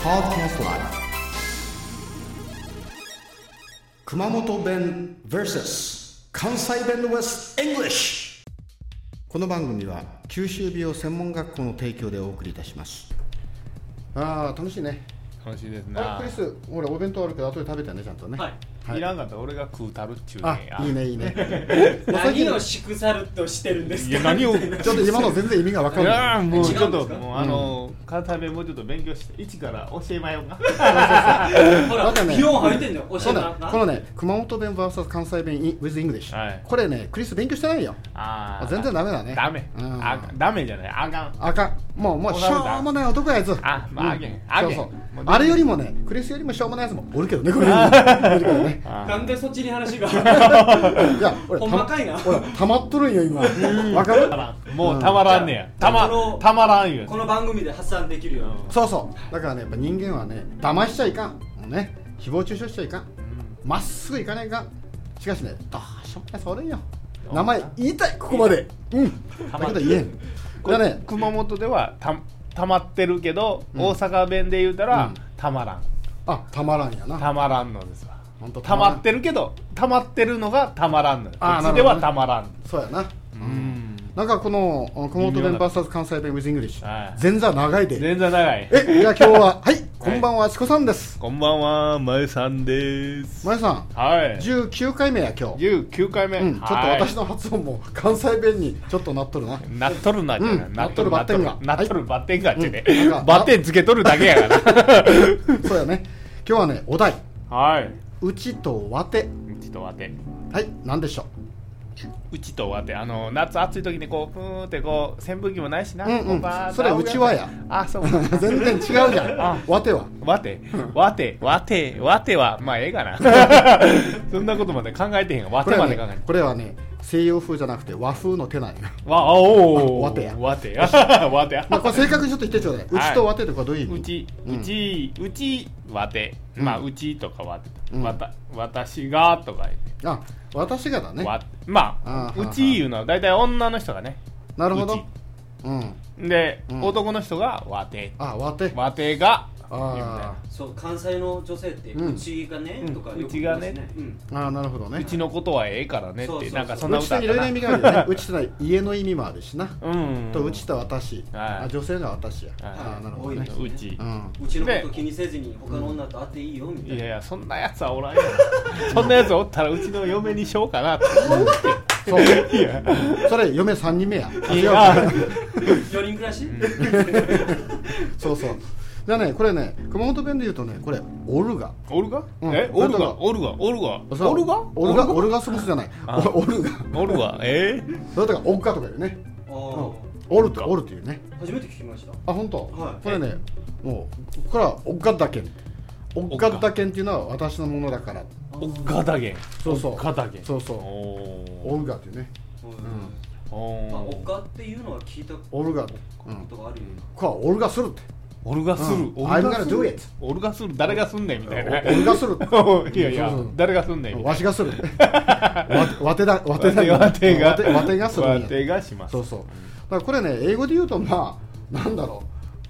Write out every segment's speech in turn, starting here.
Podcast Live 熊本弁 vs 関西弁 vs English この番組は九州美容専門学校の提供でお送りいたしますあー楽しいね楽しいですあなクリス俺お弁当あるけど後で食べたねちゃんとね、 はい、はいいらんかったら俺が食うたるっちゅうあねいいねいいねもう最何近をしくさるとしてるんですいかや何をちょっと今の全然意味が分かいんないやーもうちょっ違うとんですかもうあの関西弁もうちょっと勉強して一から教えまようかほまら、だね気温入ってんだよ、おしそゃうれだなこのね熊本弁 VS 関西弁 in- with English、はいこれねクリス勉強してないよあー全然ダメだねダメうんあダメじゃないあかんあかんもうもうしょうもない男ややつあまああげんうんあげんそうそうもうあれよりもねクリスよりもしょうもないやつもおるけどねこれいやなあんでそっちに話が俺ほんまかいなほらたまっとるんよ今わかるーもうたまらんねやうんたまじゃあこのたまらんよこの番組で発散できるようにそうそうだからねやっぱ人間はね騙しちゃいかんもうね誹謗中傷しちゃいかんまっすぐいかないかんしかしねどうしようもないやつおるんよ名前言いたいここまでうんだけど言えんこだかられね熊本ではたたまってるけど大阪弁で言うたうらんたまらんあたまらんやなたまらんのですわほんとたまってるけどたまってるのがたまらんのよこあーっちではなたるまらんそうやなううんんなんかこのあ熊本微妙弁な VS 関西弁 with English はい前座長いで全然長いえじゃあ今日 ははいこんばんはチコさんですこんばんは、まえさんです。まやさんはい。 19回目や今日19回目。うんちょっと私の。の発音も関西弁にちょっとなっと るななっとるなじゃない、うんなっとるなっとるなっとるバッテンがっちゅうねうんなんかバッテンつけとるだけやからそうやね今日はねお題はい「うちとわてうちとわて」はい何でしょうちとわてあの夏暑い時にこうふーんってこう扇風機もないしな、うんうんこバーッとそれうちわやあそうう 全然違うじゃあんわてはわてわてわてわてはまあええかなそんなことまで考えてへんわわこてれまはで考えてねこれはね西洋風じゃなくて和風の手 なんやわおおわてやわてやわてやまあこれ正確にちょっと言ってちょうだい「うはいちとわて」とかどういう意う味ち、うんうち、うち、わて、うんまあ、うちとかわて、うんわた、私がとか言って、あ私がだねわまああ、ーうちいうのは大体女の人がね、なるほうどうんで、うん男の人がわて、あわてわてが、言うみたいあなそう、関西の女性って、うんうちがね、うんとかよくうち言がいますねねうんーあーなるほどねうちのことはええからねそっうそて、うなんかそんなうち歌あとっいろいろたな意味があるよね。う ちとは家の意味もあるしな。うんとうちと私、あ女性が私。ああなるほどね。多ういですちう。ん。うちのこと気にせずに、他の女と会っていいよ、みたいいやいなや、そんなやつはおら んよ。そんなやつおったら、うちの嫁にしようかなって。 そう。 いや、それ嫁三人目や。いあや違う4人暮らしそうそう。じゃあねこれね熊本弁で言うとねこれオルガ。オルガうんえオルだからガオルガオルガそうオルガオルガオルガスモスじゃない。あおオルガ。オルガえーそうだからオッカとかいうね。あーオルとオルというね。初めて聞きましたあ本当。はいこれねもうこれはオッカだけん。オッカだけんっていうのは私のものだから。オッガダゲンそうそうオッガダゲンそうそうオおルガというね。うんーおまあ、ーおかっていうのは聞いたこオルガ。うん。とがあるようこれはオルガするって。オルガすうるんオルガ I'm す gonna do る it オルガする誰がすんねんみたいなオルガする。 いやいやそうそう誰がすんねんみたわいしがす る。わわてだ、わてだ。なわてがわてわてがするんや。わてがしますそうそう。だからこれね、英語で言うと、まあ、なんだろ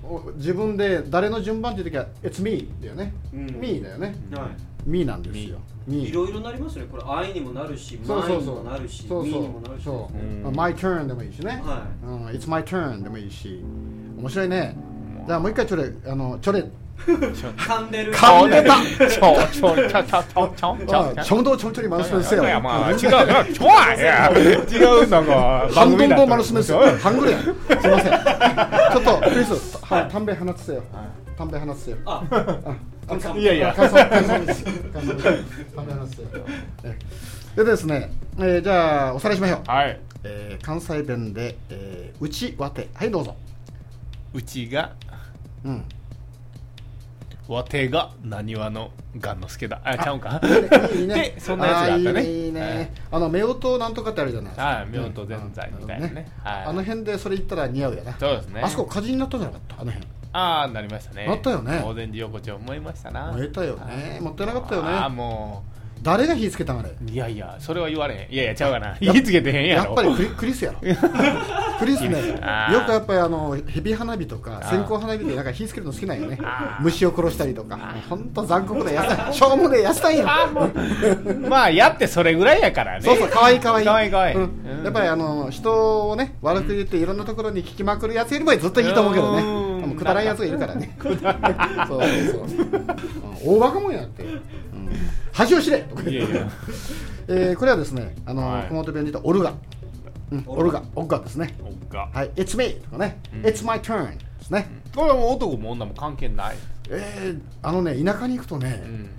う。お自分で誰の順番っていう時は、it's me だよね。うん me だよね。なはい me なんですよ。い me。ろいろなりますね、これ愛にもなるし、そうそ前うにそもう。なるし、そうみそにうもなるしそうう。ん my turn でもいいしね。はうん、it's my turn でもいいし。面白いね。じゃあもう一回ちょれ、あの、ちょれ。噛んでる噛んでたちょちょちょちょちょちょちあょちょんどちょんちょりまるすめせよ。いやまあ違うなちょいや違うなんかハンドンボーマ番ル組スだメスったよ。ハングルやん。すみません。ちょっとクリス、はいは短弁放つせよ。短弁放つせよ。あ、あかいやいやあ感想感想です感想です短弁放つせよ。えでですね、えーじゃあおさらいしましょう。はいえー関西弁で、えー、うちわてはいどうぞ。うちがうん。わてがなにわのがんのすけだあちゃうんかいいね。でそんなやつがあったねーいいねいいね。あの夫婦なんとかってあるじゃないですか。はい夫婦全在みたいなねうんはいあの辺でそれ言ったら似合うよな。そうですねあそこ火事になったじゃなかった。あの辺。ああなりましたねなったよね大善寺横丁思いましたな燃えたよね。もったいなかったよね。ああもう誰が火つけたんあれいやいやそれは言われへんいやいやちゃうかな言いつけてへんややろっぱりクリクリス やろクリスねよくあーやっぱりあのヘビ花火とかあー線香花火でなんか火つけるの好きなんよねあー虫を殺したりとか本当残酷な野菜しょうもねえ野菜やあもうまあやってそれぐらいやからねそうそう、かわいいかわいい。可愛い可愛いうんうんやっぱりあの、人をね、悪く言っていろんなところに聞きまくるやつよりもずっといいと思うけどね。うん多分くだらんやつがいるからね。そう そうそううん。大バカもんやって。うん恥を知れとかいやいやえーこれはですね、あの、はい熊本弁で言うとオルガ。うん、オルガ、オルガですね。おっかはい、It's me とかね、うん It's my turn ですね。これはもう男も女も関係ない、えーあのね、田舎に行くとうね、ん、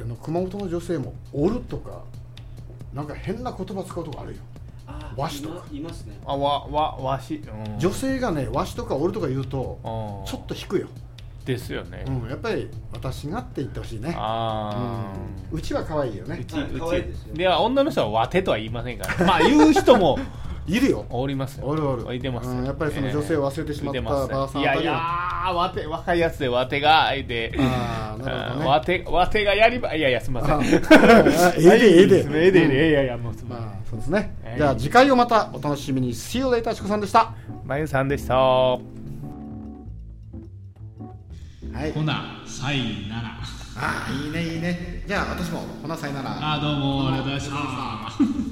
あの熊本の女性もオルとか、なんか変な言葉使うとこあるよ。あ和紙とかいまいますねあわわわし、うん、女性がねわしとか俺とか言うとあーちょっと引くよ、ですよね、うん、やっぱり私がって言ってほしいねあうんうちは可愛いよねーうちはいう可愛いですよちでは女の人はわてとは言いませんからまあ言う人もいるよおりますよ おるおるいてますよ、うんやっぱりその女性を忘れてしまったいますばあさんあいたやりはいやーわて若いやつでわてがいてあーなる ほどねわてわてがやりばいやいやすみま せあんーええでええでええでええでいやいやもうすうんみままあそうですねええじゃあ次回をまたお楽しみに See you later しこさんでしたせんまゆさんでしたはいほな、さいなら。ああいいねいいねじゃあ私もほなさいならあ、どうも、ありがとうございました。